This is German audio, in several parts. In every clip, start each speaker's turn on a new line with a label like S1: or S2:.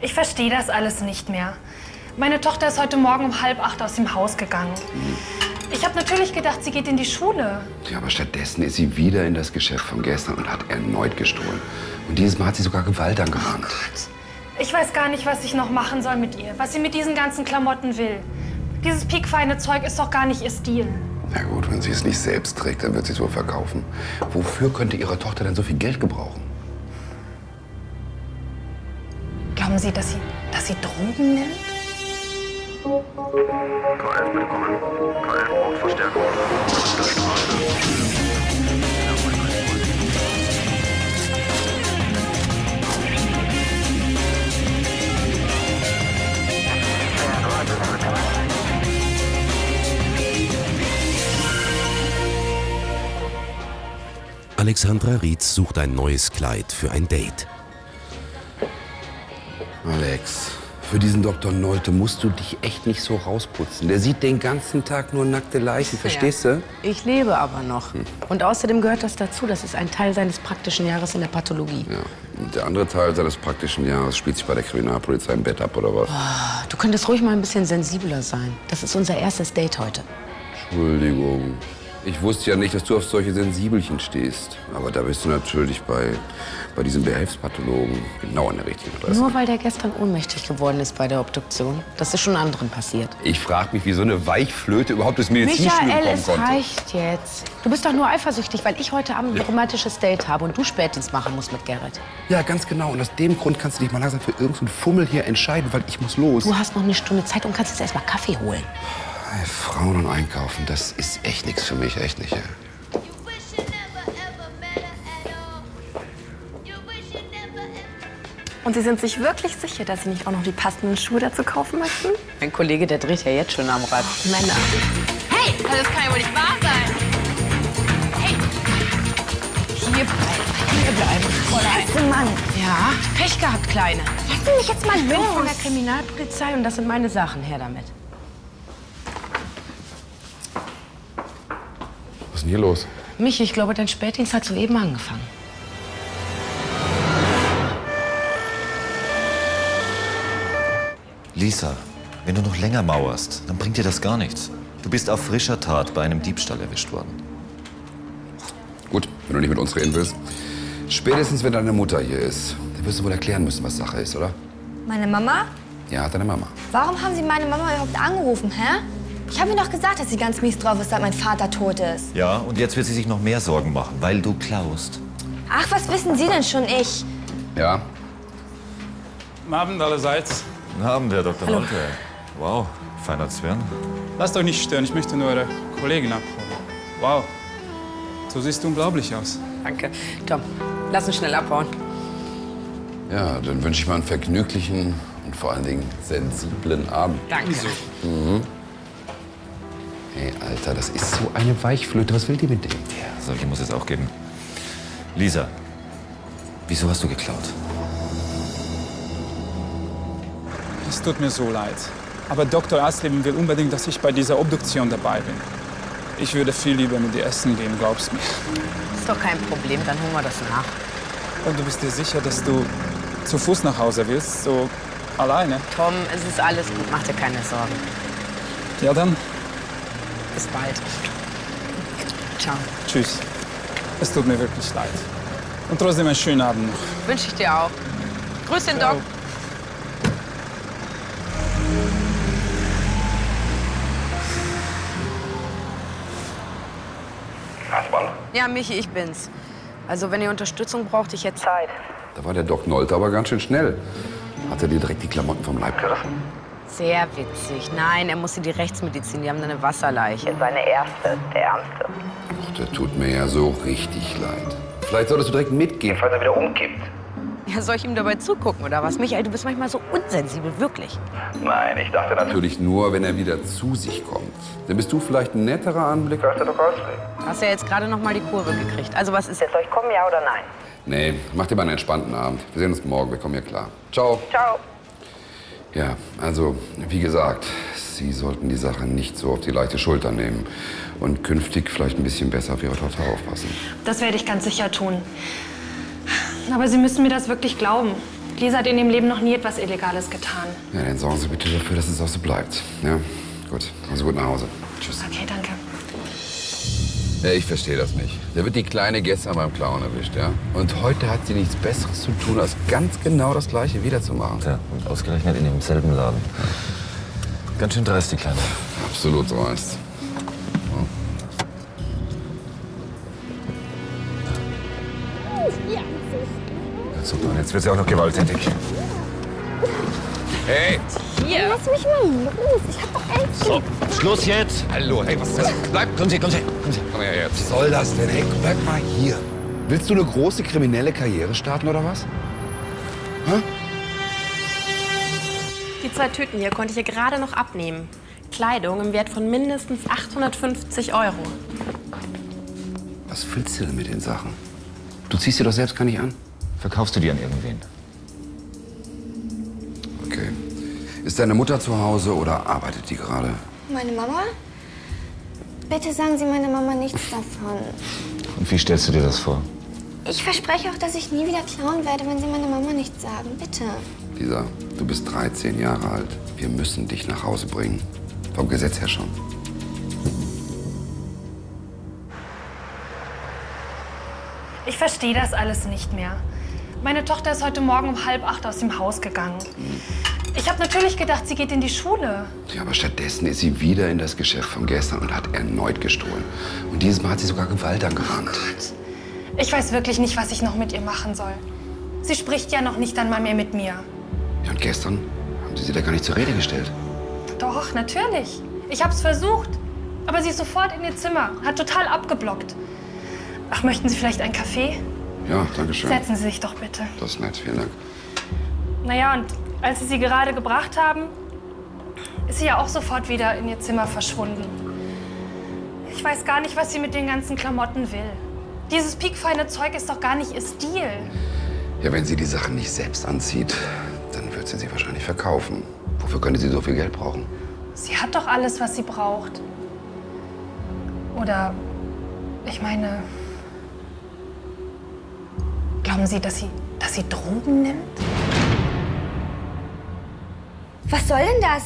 S1: Ich verstehe das alles nicht mehr. Meine Tochter ist heute Morgen um halb acht aus dem Haus gegangen. Ich habe natürlich gedacht, sie geht in die Schule.
S2: Ja, aber stattdessen ist sie wieder in das Geschäft von gestern und hat erneut gestohlen. Und dieses Mal hat sie sogar Gewalt angewandt.
S1: Ich weiß gar nicht, was ich noch machen soll mit ihr, was sie mit diesen ganzen Klamotten will. Dieses piekfeine Zeug ist doch gar nicht ihr Stil.
S2: Na gut, wenn sie es nicht selbst trägt, dann wird sie es wohl verkaufen. Wofür könnte ihre Tochter denn so viel Geld gebrauchen?
S1: Glauben Sie, dass sie, dass sie Drogen nimmt?
S3: KF willkommen. KF braucht Verstärkung. Auf der Straße.
S4: Alexandra Rietz sucht ein neues Kleid für ein Date.
S2: Alex, für diesen Dr. Nolte musst du dich echt nicht so rausputzen. Der sieht den ganzen Tag nur nackte Leichen, verstehst du?
S5: Ich lebe aber noch.
S2: Hm.
S5: Und außerdem gehört das dazu. Das ist ein Teil seines praktischen Jahres in der Pathologie.
S2: Ja. Und der andere Teil seines praktischen Jahres spielt sich bei der Kriminalpolizei im Bett ab, oder was?
S5: Du könntest ruhig mal ein bisschen sensibler sein. Das ist unser erstes Date heute.
S2: Entschuldigung. Ich wusste ja nicht, dass du auf solche Sensibelchen stehst. Aber da bist du natürlich bei, bei diesem Behelfspathologen genau an der richtigen Adresse.
S5: Nur weil der gestern ohnmächtig geworden ist bei der Obduktion. Das ist schon anderen passiert.
S2: Ich frage mich, wie so eine Weichflöte überhaupt das Medizinstudium
S5: Michael,
S2: kommen
S5: es
S2: konnte.
S5: reicht jetzt. Du bist doch nur eifersüchtig, weil ich heute Abend ein romantisches Date habe und du Spätdienst machen musst mit Gerrit.
S2: Ja, ganz genau. Und aus dem Grund kannst du dich mal langsam für irgendeinen Fummel hier entscheiden, weil ich muss los.
S5: Du hast noch eine Stunde Zeit und kannst jetzt erstmal Kaffee holen.
S2: Ey, Frauen und Einkaufen, das ist echt nichts für mich, echt nicht. ey.
S6: You wish you never ever met her at all. You wish you never ever.
S7: Und Sie sind sich wirklich sicher, dass Sie nicht auch noch die passenden Schuhe dazu kaufen möchten?
S5: Mein Kollege, der dreht ja jetzt schon am Rad.
S7: Männer.
S8: Hey, das kann ja wohl nicht wahr sein. Hey, hier bleiben, hier bleiben, Fräulein.
S7: Mann.
S5: Ja, Pech gehabt, Kleine.
S7: Lassen Sie mich jetzt mal
S5: Ich bin von der
S7: los.
S5: Kriminalpolizei und das sind meine Sachen. Her damit.
S2: Was ist denn hier los?
S5: Mich, ich glaube, dein Spätdienst hat soeben angefangen.
S9: Lisa, wenn du noch länger mauerst, dann bringt dir das gar nichts. Du bist auf frischer Tat bei einem Diebstahl erwischt worden.
S2: Gut, wenn du nicht mit uns reden willst. Spätestens, wenn deine Mutter hier ist, dann wirst du wohl erklären müssen, was Sache ist, oder?
S8: Meine Mama?
S2: Ja, deine Mama.
S8: Warum haben Sie meine Mama überhaupt angerufen, hä? Ich habe Ihnen doch gesagt, dass sie ganz mies drauf ist, seit mein Vater tot ist.
S9: Ja, und jetzt wird sie sich noch mehr Sorgen machen, weil du klaust.
S8: Ach, was wissen Sie denn schon, ich?
S2: Ja?
S10: Guten Abend allerseits.
S9: Guten Abend, Herr Dr. Nolte. Wow, feiner Zwirn.
S10: Lasst euch nicht stören, ich möchte nur eure Kollegin abholen. Wow, so siehst du unglaublich aus.
S5: Danke. Tom, lass uns schnell abhauen.
S2: Ja, dann wünsche ich mal einen vergnüglichen und vor allen Dingen sensiblen Abend.
S5: Danke.
S2: Ey, Alter, das ist so eine Weichflöte. Was will die mit dem?
S9: Ja, solche muss es auch geben. Lisa, wieso hast du geklaut?
S10: Es tut mir so leid. Aber Dr. Asleben will unbedingt, dass ich bei dieser Obduktion dabei bin. Ich würde viel lieber mit dir essen gehen, glaubst mir.
S5: Ist doch kein Problem, dann holen wir das nach.
S10: Und du bist dir sicher, dass du zu Fuß nach Hause willst, so alleine?
S5: Tom, es ist alles gut, mach dir keine Sorgen.
S10: Ja dann,
S5: Bis bald. Ciao.
S10: tschüss. Es tut mir wirklich leid. Und trotzdem einen schönen Abend noch.
S5: Wünsche ich dir auch. Grüß den Doc.
S3: Kasperl.
S5: Ja, Michi, ich bin's. Also, wenn ihr Unterstützung braucht, ich hätte Zeit.
S2: Da war der Doc Nolte aber ganz schön schnell. Hat er dir direkt die Klamotten vom Leib gerissen?
S5: Sehr witzig. Nein, er musste die Rechtsmedizin, die haben da eine Wasserleiche.
S7: Seine erste, der ärmste.
S2: Ach, der tut mir ja so richtig leid. Vielleicht solltest du direkt mitgehen.
S3: Falls er wieder umkippt.
S5: Ja, soll ich ihm dabei zugucken oder was? Michael, du bist manchmal so unsensibel, wirklich.
S3: Nein, ich dachte natürlich.
S2: Natürlich nur, wenn er wieder zu sich kommt. Dann bist du vielleicht ein netterer Anblick.
S3: Hörst du Cosplay?
S5: Hast ja jetzt gerade noch mal die Kurve gekriegt. Also, was ist jetzt?
S7: Soll ich kommen, ja oder nein?
S2: Nee, mach dir mal einen entspannten Abend. Wir sehen uns morgen, wir kommen hier klar. Ciao.
S7: Ciao.
S2: Ja, also, wie gesagt, Sie sollten die Sache nicht so auf die leichte Schulter nehmen. Und künftig vielleicht ein bisschen besser auf Ihre Tochter aufpassen.
S1: Das werde ich ganz sicher tun. Aber Sie müssen mir das wirklich glauben. Lisa hat in ihrem Leben noch nie etwas Illegales getan.
S2: Ja, dann sorgen Sie bitte dafür, dass es auch so bleibt. Ja, gut. Also gut nach Hause. Tschüss.
S1: Okay, danke.
S2: Ja, Äh, ich verstehe das nicht. Da wird die Kleine gestern beim Klauen erwischt, ja? Und heute hat sie nichts Besseres zu tun, als ganz genau das Gleiche wiederzumachen.
S9: Ja, und ausgerechnet in demselben Laden. Ganz schön dreist, die Kleine.
S2: Absolut so heißt
S9: Ja, Super, und jetzt wird sie auch noch gewalttätig.
S2: Hey!
S7: Lass mich mal los. Ich hab doch echt.
S9: So, Schluss jetzt!
S2: Hallo, hey, was ist das?
S9: Bleib, kommen Sie, kommen Sie, kommen Sie.
S2: Komm her
S9: Was
S2: jetzt.
S9: soll das denn? Hey, bleib mal hier.
S2: Willst du eine große kriminelle Karriere starten oder was?
S7: Die zwei Tüten hier konnte ich ihr gerade noch abnehmen. Kleidung im Wert von mindestens 850 Euro.
S2: Was willst du denn mit den Sachen? Du ziehst sie doch selbst gar nicht an.
S9: Verkaufst du die an irgendwen?
S2: Okay. Ist deine Mutter zu Hause oder arbeitet die gerade?
S6: Meine Mama? Bitte sagen Sie meiner Mama nichts davon.
S9: Und wie stellst du dir das vor?
S6: Ich verspreche auch, dass ich nie wieder klauen werde, wenn Sie meiner Mama nichts sagen. Bitte.
S2: Lisa, du bist 13 Jahre alt. Wir müssen dich nach Hause bringen. Vom Gesetz her schon.
S1: Ich verstehe das alles nicht mehr. Meine Tochter ist heute Morgen um halb acht aus dem Haus gegangen. Ich habe natürlich gedacht, sie geht in die Schule.
S2: Ja, aber stattdessen ist sie wieder in das Geschäft von gestern und hat erneut gestohlen. Und dieses Mal hat sie sogar Gewalt angewandt.
S1: Ich weiß wirklich nicht, was ich noch mit ihr machen soll. Sie spricht ja noch nicht einmal mehr mit mir.
S2: Ja, und gestern haben sie sie da gar nicht zur Rede gestellt.
S1: Doch, natürlich. Ich hab's versucht. Aber sie ist sofort in ihr Zimmer, hat total abgeblockt. Ach, möchten Sie vielleicht einen Kaffee?
S2: Ja, danke schön.
S1: Setzen Sie sich doch bitte.
S2: Das ist nett, vielen Dank.
S1: Naja, und als Sie sie gerade gebracht haben, ist sie ja auch sofort wieder in ihr Zimmer verschwunden. Ich weiß gar nicht, was sie mit den ganzen Klamotten will. Dieses piekfeine Zeug ist doch gar nicht ihr Stil.
S2: Ja, wenn sie die Sachen nicht selbst anzieht, dann wird sie sie wahrscheinlich verkaufen. Wofür könnte sie so viel Geld brauchen?
S1: Sie hat doch alles, was sie braucht. Oder, ich meine, glauben Sie, dass sie, dass sie Drogen nimmt?
S6: Was soll denn das?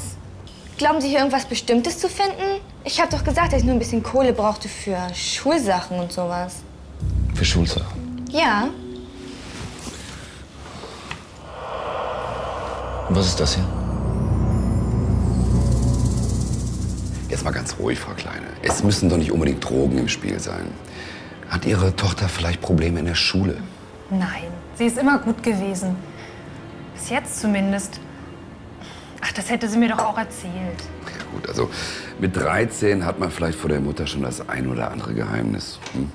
S6: Glauben Sie hier irgendwas Bestimmtes zu finden? Ich habe doch gesagt, dass ich nur ein bisschen Kohle brauchte für Schulsachen und sowas.
S9: Für Schulsachen.
S6: Ja,
S9: Und was ist das hier?
S2: Jetzt mal ganz ruhig, Frau Kleine. Es müssen doch nicht unbedingt Drogen im Spiel sein. Hat Ihre Tochter vielleicht Probleme in der Schule?
S1: Nein, sie ist immer gut gewesen. Bis jetzt zumindest. Ach, das hätte sie mir doch auch erzählt.
S2: Ja gut, also mit 13 hat man vielleicht vor der Mutter schon das ein oder andere Geheimnis. Hm?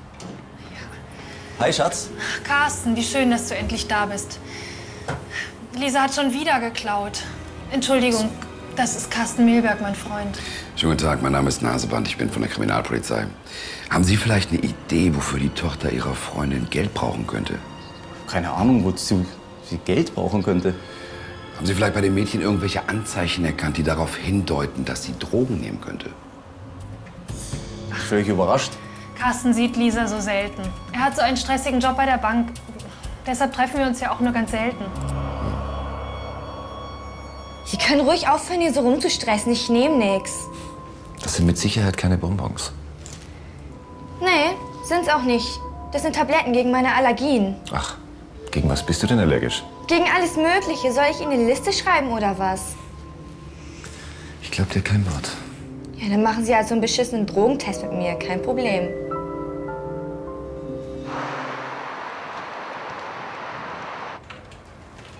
S9: Hi, Schatz.
S1: Ach, Carsten, wie schön, dass du endlich da bist. Lisa hat schon wieder geklaut. Entschuldigung, das ist Carsten Milberg, mein Freund.
S2: Schönen guten Tag, mein Name ist Naseband, ich bin von der Kriminalpolizei. Haben Sie vielleicht eine Idee, wofür die Tochter Ihrer Freundin Geld brauchen könnte?
S11: Keine Ahnung, wozu sie Geld brauchen könnte.
S2: Haben Sie vielleicht bei dem Mädchen irgendwelche Anzeichen erkannt, die darauf hindeuten, dass sie Drogen nehmen könnte?
S11: Völlig überrascht.
S1: Carsten sieht Lisa so selten. Er hat so einen stressigen Job bei der Bank. Deshalb treffen wir uns ja auch nur ganz selten.
S6: Sie können ruhig aufhören, hier so rumzustressen. Ich nehme nix.
S9: Das sind mit Sicherheit keine Bonbons.
S6: Nee, sind's auch nicht. Das sind Tabletten gegen meine Allergien.
S9: Ach, gegen was bist du denn allergisch?
S6: Gegen alles Mögliche. Soll ich Ihnen eine Liste schreiben oder was?
S9: Ich glaub dir kein Wort.
S6: Ja, dann machen Sie also einen beschissenen Drogentest mit mir. Kein Problem.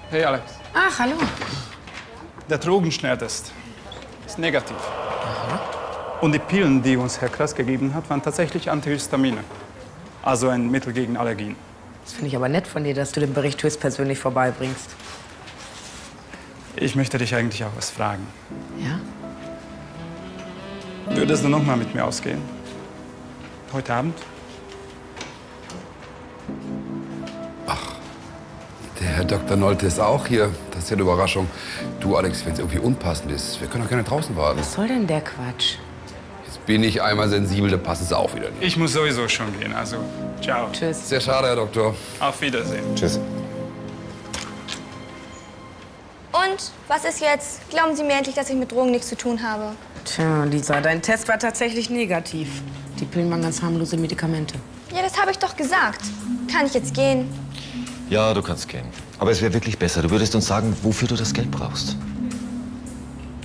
S10: Hey Alex,
S5: Ach, hallo.
S10: der Drogenschnelltest ist negativ. Und die Pillen, die uns Herr Krass gegeben hat, waren tatsächlich Antihistamine. Also ein Mittel gegen Allergien.
S5: Das finde ich aber nett von dir, dass du den Bericht höchstpersönlich vorbeibringst.
S10: Ich möchte dich eigentlich auch was fragen.
S5: Ja?
S10: Würdest du noch mal mit mir ausgehen? Heute Abend?
S2: Der Herr Dr. Nolte ist auch hier. Das ist ja eine Überraschung. Du, Alex, wenn es irgendwie unpassend ist, wir können doch gerne draußen warten.
S5: Was soll denn der Quatsch?
S2: Jetzt bin ich einmal sensibel, dann passt es auch wieder nicht.
S10: Ich muss sowieso schon gehen, also ciao.
S5: Tschüss.
S2: Sehr schade, Herr Doktor.
S10: Auf Wiedersehen.
S9: Tschüss.
S6: Und was ist jetzt? Glauben Sie mir endlich, dass ich mit Drogen nichts zu tun habe?
S5: Tja, Lisa, dein Test war tatsächlich negativ. Die Pillen waren ganz harmlose Medikamente.
S6: Ja, das habe ich doch gesagt. Kann ich jetzt gehen?
S9: Ja, du kannst gehen. Aber es wäre wirklich besser. Du würdest uns sagen, wofür du das Geld brauchst.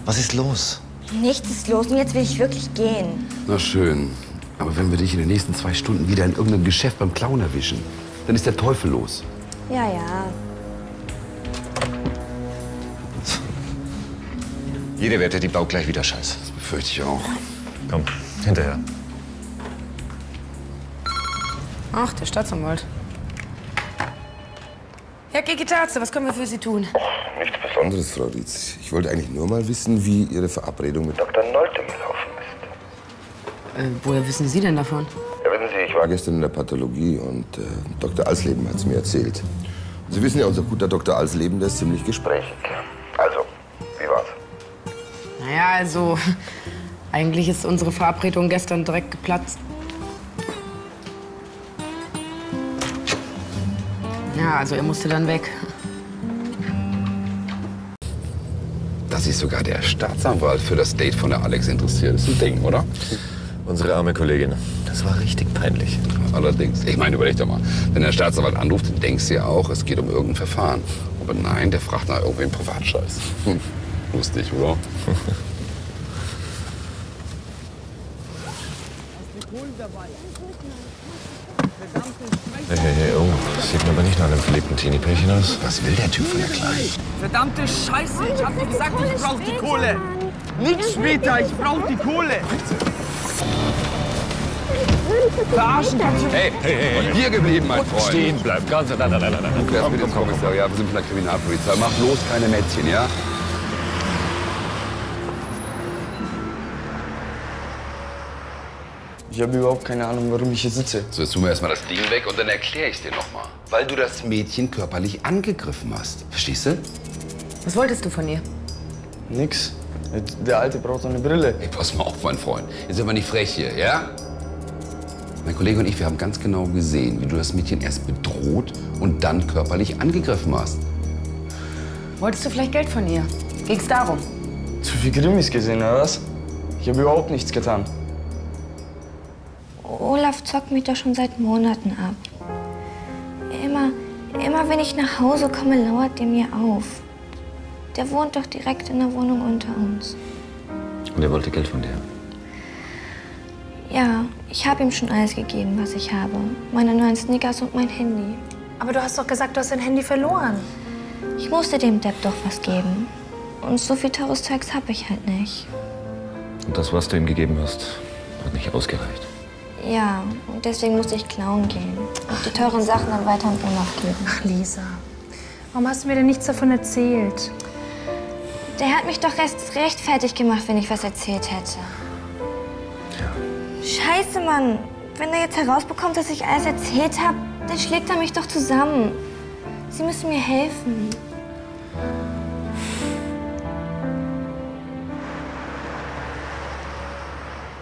S9: Was ist los?
S6: Nichts ist los und jetzt will ich wirklich gehen.
S2: Na schön. Aber wenn wir dich in den nächsten zwei Stunden wieder in irgendeinem Geschäft beim Clown erwischen, dann ist der Teufel los.
S6: Ja, ja.
S9: Jede Wette, die baut gleich wieder Scheiß.
S2: Das befürchte ich auch.
S9: Komm, hinterher.
S5: Ach, der Staatsanwalt. Herr Gekitaze, was können wir für Sie tun?
S12: Nichts Besonderes, Frau Rietz. Ich wollte eigentlich nur mal wissen, wie Ihre Verabredung mit Dr. Neutem gelaufen
S5: Äh, woher wissen Sie denn davon?
S12: ist. Ja, wissen Sie, ich war gestern in der Pathologie und äh, Dr. Alsleben hat es mir erzählt. Und Sie wissen ja, unser guter Dr. Alsleben, der ist ziemlich gesprächig. Also, wie war's?
S5: Naja, also, eigentlich ist unsere Verabredung gestern direkt geplatzt. Ja, also er musste dann weg.
S2: Dass sich sogar der Staatsanwalt für das Date von der Alex interessiert, ist ein Ding, oder?
S9: Unsere arme Kollegin. Das war richtig peinlich.
S2: Allerdings. Ich meine, überleg doch mal. Wenn der Staatsanwalt anruft, dann denkst du ja auch, es geht um irgendein Verfahren. Aber nein, der fragt nach irgendwem Privatscheiß. Hm. Lustig, oder?
S9: Hey, hey, hey, oh. Das sieht mir aber nicht nach einem verliebten Teenie-Pärchen aus.
S2: Was will der Typ von der Kleinen?
S13: Verdammte Scheiße, ich hab dir gesagt, ich brauch die Kohle. Nicht später, ich brauch die Kohle. Verarschen kannst du mich.
S2: Hey, hey, hey. Hier geblieben, mein Freund.
S9: Stehen bleiben. Ganz, nein, nein, nein, nein, nein.
S2: Du fährst mit ins Kommissariat, wir sind von der Kriminalpolizei. Mach bloß keine Mädchen, ja?
S14: Ich habe überhaupt keine Ahnung, warum ich hier sitze.
S2: So, jetzt tun wir erstmal das Ding weg und dann erkläre ich es dir nochmal. Weil du das Mädchen körperlich angegriffen hast. Verstehst du?
S5: Was wolltest du von ihr?
S14: Nix. Der Alte braucht so eine Brille.
S2: Ey, pass mal auf, mein Freund. Jetzt sind wir nicht frech hier, ja? Mein Kollege und ich, wir haben ganz genau gesehen, wie du das Mädchen erst bedroht und dann körperlich angegriffen hast.
S5: Wolltest du vielleicht Geld von ihr? Ging's darum?
S14: Zu viel Grimmis gesehen, oder was? Ich habe überhaupt nichts getan.
S6: Olaf zockt mich doch schon seit Monaten ab. Immer, immer wenn ich nach Hause komme, lauert der mir auf. Der wohnt doch direkt in der Wohnung unter uns.
S9: Und er wollte Geld von dir.
S6: Ja, ich habe ihm schon alles gegeben, was ich habe. Meine neuen Sneakers und mein Handy.
S1: Aber du hast doch gesagt, du hast dein Handy verloren.
S6: Ich musste dem Depp doch was geben. Und so viel teures Zeugs habe ich halt nicht.
S9: Und das, was du ihm gegeben hast, hat nicht ausgereicht.
S6: Ja, und deswegen musste ich klauen gehen. Und die teuren Sachen dann weiter an Olaf geben.
S1: Ach, Lisa. Warum hast du mir denn nichts davon erzählt?
S6: Der hat mich doch erst recht fertig gemacht, wenn ich was erzählt hätte. Scheiße, Mann. Wenn er jetzt herausbekommt, dass ich alles erzählt habe, dann schlägt er mich doch zusammen. Sie müssen mir helfen.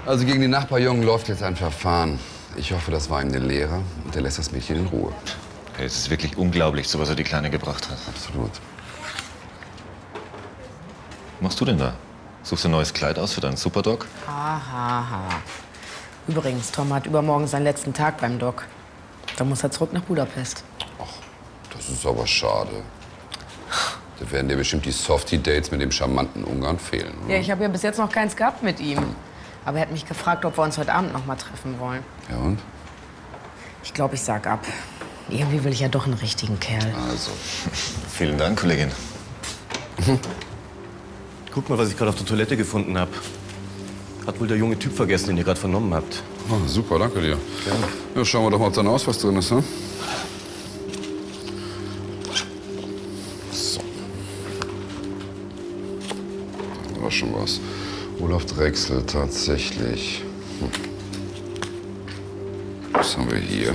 S2: Also gegen den Nachbarjungen läuft jetzt ein Verfahren. Ich hoffe, das war ihm eine Lehre und er lässt das Mädchen in Ruhe.
S9: Hey, es ist wirklich unglaublich, so was er die Kleine gebracht hat.
S2: Absolut.
S9: Was machst du denn da? Suchst du ein neues Kleid aus für deinen Superdog?
S5: Ha, ha, ha. Übrigens, Tom hat übermorgen seinen letzten Tag beim Doc. Da muss er zurück nach Budapest.
S2: Das ist aber schade. Da werden dir bestimmt die Softie-Dates mit dem charmanten Ungarn fehlen.
S5: Ja, ich habe ja bis jetzt noch keins gehabt mit ihm. Aber er hat mich gefragt, ob wir uns heute Abend noch mal treffen wollen.
S2: Ja und?
S5: Ich glaube, ich sag ab. Irgendwie will ich ja doch einen richtigen Kerl.
S2: Also.
S9: Vielen Dank, Kollegin.
S15: Mhm. Guck mal, was ich gerade auf der Toilette gefunden habe. Hat wohl der junge Typ vergessen, den ihr gerade vernommen habt.
S2: Oh, super, danke dir. Ja, schauen wir doch mal, ob da noch was drin ist, ne? So. Da war schon was. Olaf Drechsel, tatsächlich. Hm. Was haben wir hier?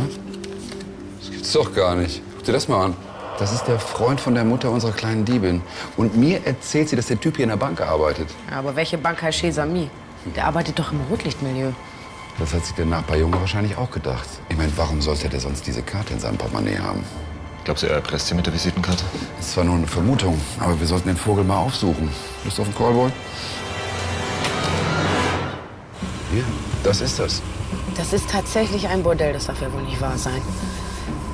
S2: Das gibt's doch gar nicht. Guck dir das mal an. Das ist der Freund von der Mutter unserer kleinen Diebin. Und mir erzählt sie, dass der Typ hier in der Bank arbeitet.
S5: Ja, Aber welche Bank heißt Chez Ami? Der arbeitet doch im Rotlichtmilieu.
S2: Das hat sich der Nachbarjunge wahrscheinlich auch gedacht. Ich meine, warum sollte der sonst diese Karte in seinem Portemonnaie haben?
S9: Glaubst du, er erpresst sie mit der Visitenkarte?
S2: Das war nur eine Vermutung, aber wir sollten den Vogel mal aufsuchen. Lust auf einen Callboy? Hier, das ist das.
S5: Das ist tatsächlich ein Bordell, das darf ja wohl nicht wahr sein.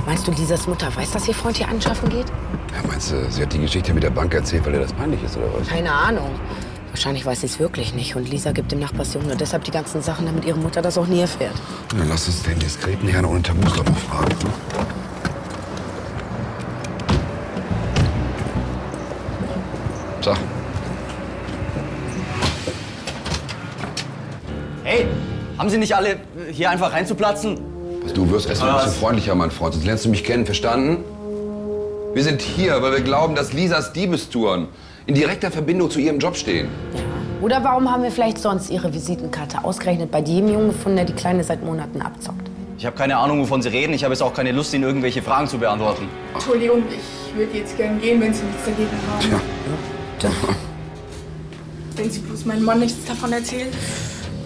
S5: Meinst du, Lisas Mutter weiß, dass ihr Freund hier anschaffen geht?
S2: Ja, meinst du, sie hat die Geschichte mit der Bank erzählt, weil ihr das peinlich ist, oder was?
S5: Keine Ahnung. Wahrscheinlich weiß sie es wirklich nicht. Und Lisa gibt dem Nachbarsjungen nur deshalb die ganzen Sachen, damit ihre Mutter das auch nie erfährt.
S2: Dann lass uns den diskreten Herrn ohne Tabus doch mal fragen. hm? So.
S11: Hey, haben Sie nicht alle äh, hier einfach reinzuplatzen?
S2: Du wirst erst mal ein bisschen freundlicher, mein Freund, sonst lernst du mich kennen, verstanden? Wir sind hier, weil wir glauben, dass Lisas Diebestouren in direkter Verbindung zu ihrem Job stehen.
S5: Oder warum haben wir vielleicht sonst ihre Visitenkarte ausgerechnet bei jedem Jungen gefunden, der die Kleine seit Monaten abzockt?
S11: Ich habe keine Ahnung, wovon Sie reden. Ich habe jetzt auch keine Lust, Ihnen irgendwelche Fragen zu beantworten.
S16: Entschuldigung, ich würde jetzt gern gehen, wenn Sie nichts dagegen haben. Wenn Sie bloß meinem Mann nichts davon erzählen.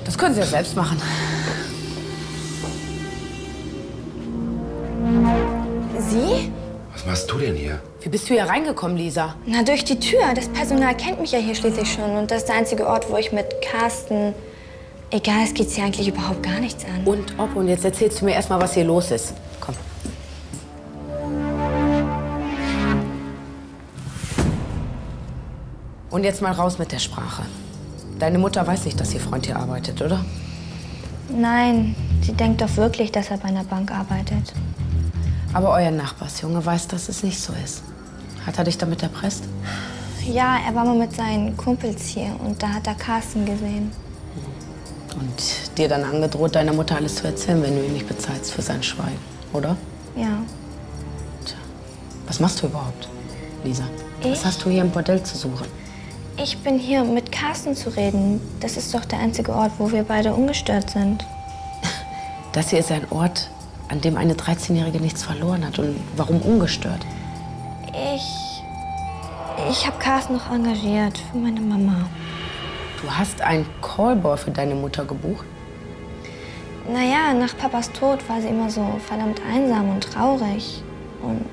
S5: Das können Sie ja selbst machen.
S6: Sie?
S2: Was machst du denn hier?
S5: Wie bist du hier reingekommen, Lisa?
S6: Na, durch die Tür. Das Personal kennt mich ja hier schließlich schon. Und das ist der einzige Ort, wo ich mit Carsten. Egal, es geht sie eigentlich überhaupt gar nichts an.
S5: Und ob, und jetzt erzählst du mir erstmal, was hier los ist. Komm. Und jetzt mal raus mit der Sprache. Deine Mutter weiß nicht, dass ihr Freund hier arbeitet, oder?
S6: Nein, sie denkt doch wirklich, dass er bei einer Bank arbeitet.
S5: Aber euer Nachbarsjunge weiß, dass es nicht so ist. Hat er dich damit erpresst?
S6: Ja, er war mal mit seinen Kumpels hier und da hat er Carsten gesehen.
S5: Und dir dann angedroht, deiner Mutter alles zu erzählen, wenn du ihn nicht bezahlst für sein Schweigen, oder?
S6: Ja.
S5: Was machst du überhaupt, Lisa?
S6: Ich?
S5: Was hast du hier im Bordell zu suchen?
S6: Ich bin hier, um mit Carsten zu reden. Das ist doch der einzige Ort, wo wir beide ungestört sind.
S5: Das hier ist ein Ort, an dem eine 13-Jährige nichts verloren hat. Und warum ungestört?
S6: Ich. Ich habe Carsten noch engagiert für meine Mama.
S5: Du hast einen Callboy für deine Mutter gebucht?
S6: Naja, nach Papas Tod war sie immer so verdammt einsam und traurig. Und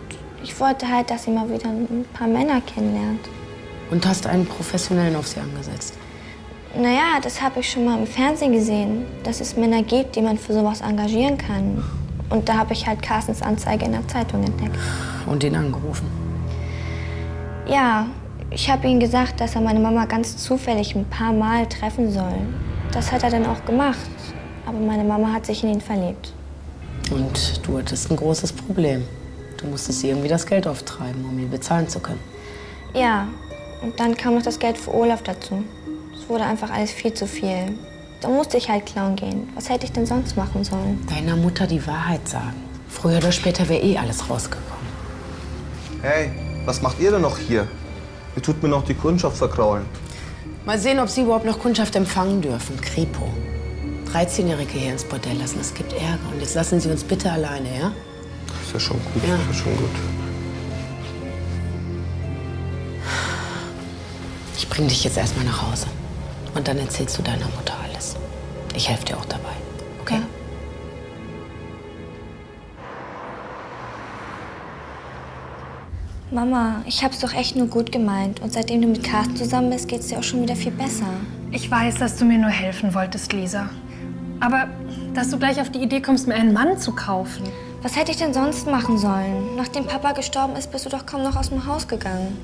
S6: ich wollte halt, dass sie mal wieder ein paar Männer kennenlernt.
S5: Und hast einen professionellen auf sie angesetzt?
S6: Naja, das habe ich schon mal im Fernsehen gesehen, dass es Männer gibt, die man für sowas engagieren kann. Und da habe ich halt Carstens Anzeige in der Zeitung entdeckt.
S5: Und ihn angerufen?
S6: Ja, ich habe ihm gesagt, dass er meine Mama ganz zufällig ein paar Mal treffen soll. Das hat er dann auch gemacht. Aber meine Mama hat sich in ihn verliebt.
S5: Und du hattest ein großes Problem. Du musstest ihr irgendwie das Geld auftreiben, um ihn bezahlen zu können.
S6: Ja, und dann kam noch das Geld für Olaf dazu. Es wurde einfach alles viel zu viel. Da musste ich halt klauen gehen. Was hätte ich denn sonst machen sollen?
S5: Deiner Mutter die Wahrheit sagen. Früher oder später wäre eh alles rausgekommen.
S17: Hey, was macht ihr denn noch hier? Ihr tut mir noch die Kundschaft verkraulen.
S5: Mal sehen, ob sie überhaupt noch Kundschaft empfangen dürfen. Kripo. 13-Jährige hier ins Bordell lassen, das gibt Ärger. Und jetzt lassen Sie uns bitte alleine, ja?
S17: Ist ja schon gut.
S5: Ja.
S17: Ist schon gut.
S5: Ich bring dich jetzt erstmal nach Hause. Und dann erzählst du deiner Mutter alles. Ich helfe dir auch dabei. Okay?
S6: Mama, ich hab's doch echt nur gut gemeint. Und seitdem du mit Carsten zusammen bist, geht's dir auch schon wieder viel besser.
S1: Ich weiß, dass du mir nur helfen wolltest, Lisa. Aber dass du gleich auf die Idee kommst, mir einen Mann zu kaufen.
S6: Was hätte ich denn sonst machen sollen? Nachdem Papa gestorben ist, bist du doch kaum noch aus dem Haus gegangen.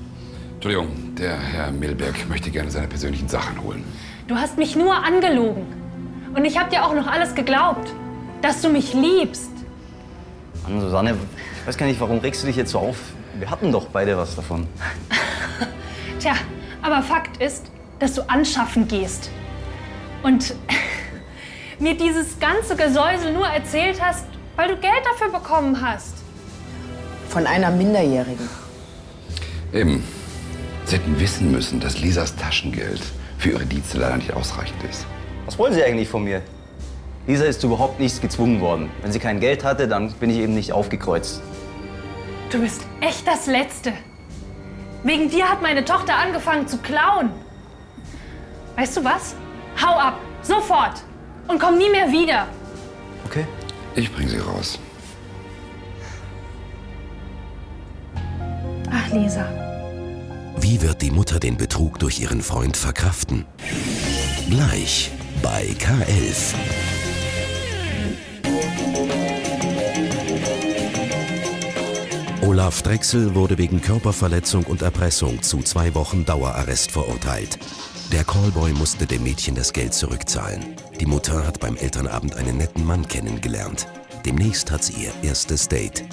S2: Entschuldigung, der Herr Milberg möchte gerne seine persönlichen Sachen holen.
S1: Du hast mich nur angelogen. Und ich habe dir auch noch alles geglaubt, dass du mich liebst.
S11: Mann, Susanne, ich weiß gar nicht, warum regst du dich jetzt so auf? Wir hatten doch beide was davon.
S1: Tja, aber Fakt ist, dass du anschaffen gehst. Und mir dieses ganze Gesäusel nur erzählt hast, weil du Geld dafür bekommen hast.
S5: Von einer Minderjährigen.
S2: Eben. Sie hätten wissen müssen, dass Lisas Taschengeld für ihre Dienste leider nicht ausreichend ist.
S11: Was wollen Sie eigentlich von mir? Lisa ist zu überhaupt nichts gezwungen worden. Wenn sie kein Geld hatte, dann bin ich eben nicht aufgekreuzt.
S1: Du bist echt das Letzte. Wegen dir hat meine Tochter angefangen zu klauen. Weißt du was? Hau ab, sofort. Und komm nie mehr wieder.
S2: Ich bringe sie raus.
S1: Gläser.
S4: Wie wird die Mutter den Betrug durch ihren Freund verkraften? Gleich bei K11. Olaf Drechsel wurde wegen Körperverletzung und Erpressung zu zwei Wochen Dauerarrest verurteilt. Der Callboy musste dem Mädchen das Geld zurückzahlen. Die Mutter hat beim Elternabend einen netten Mann kennengelernt. Demnächst hat sie ihr erstes Date.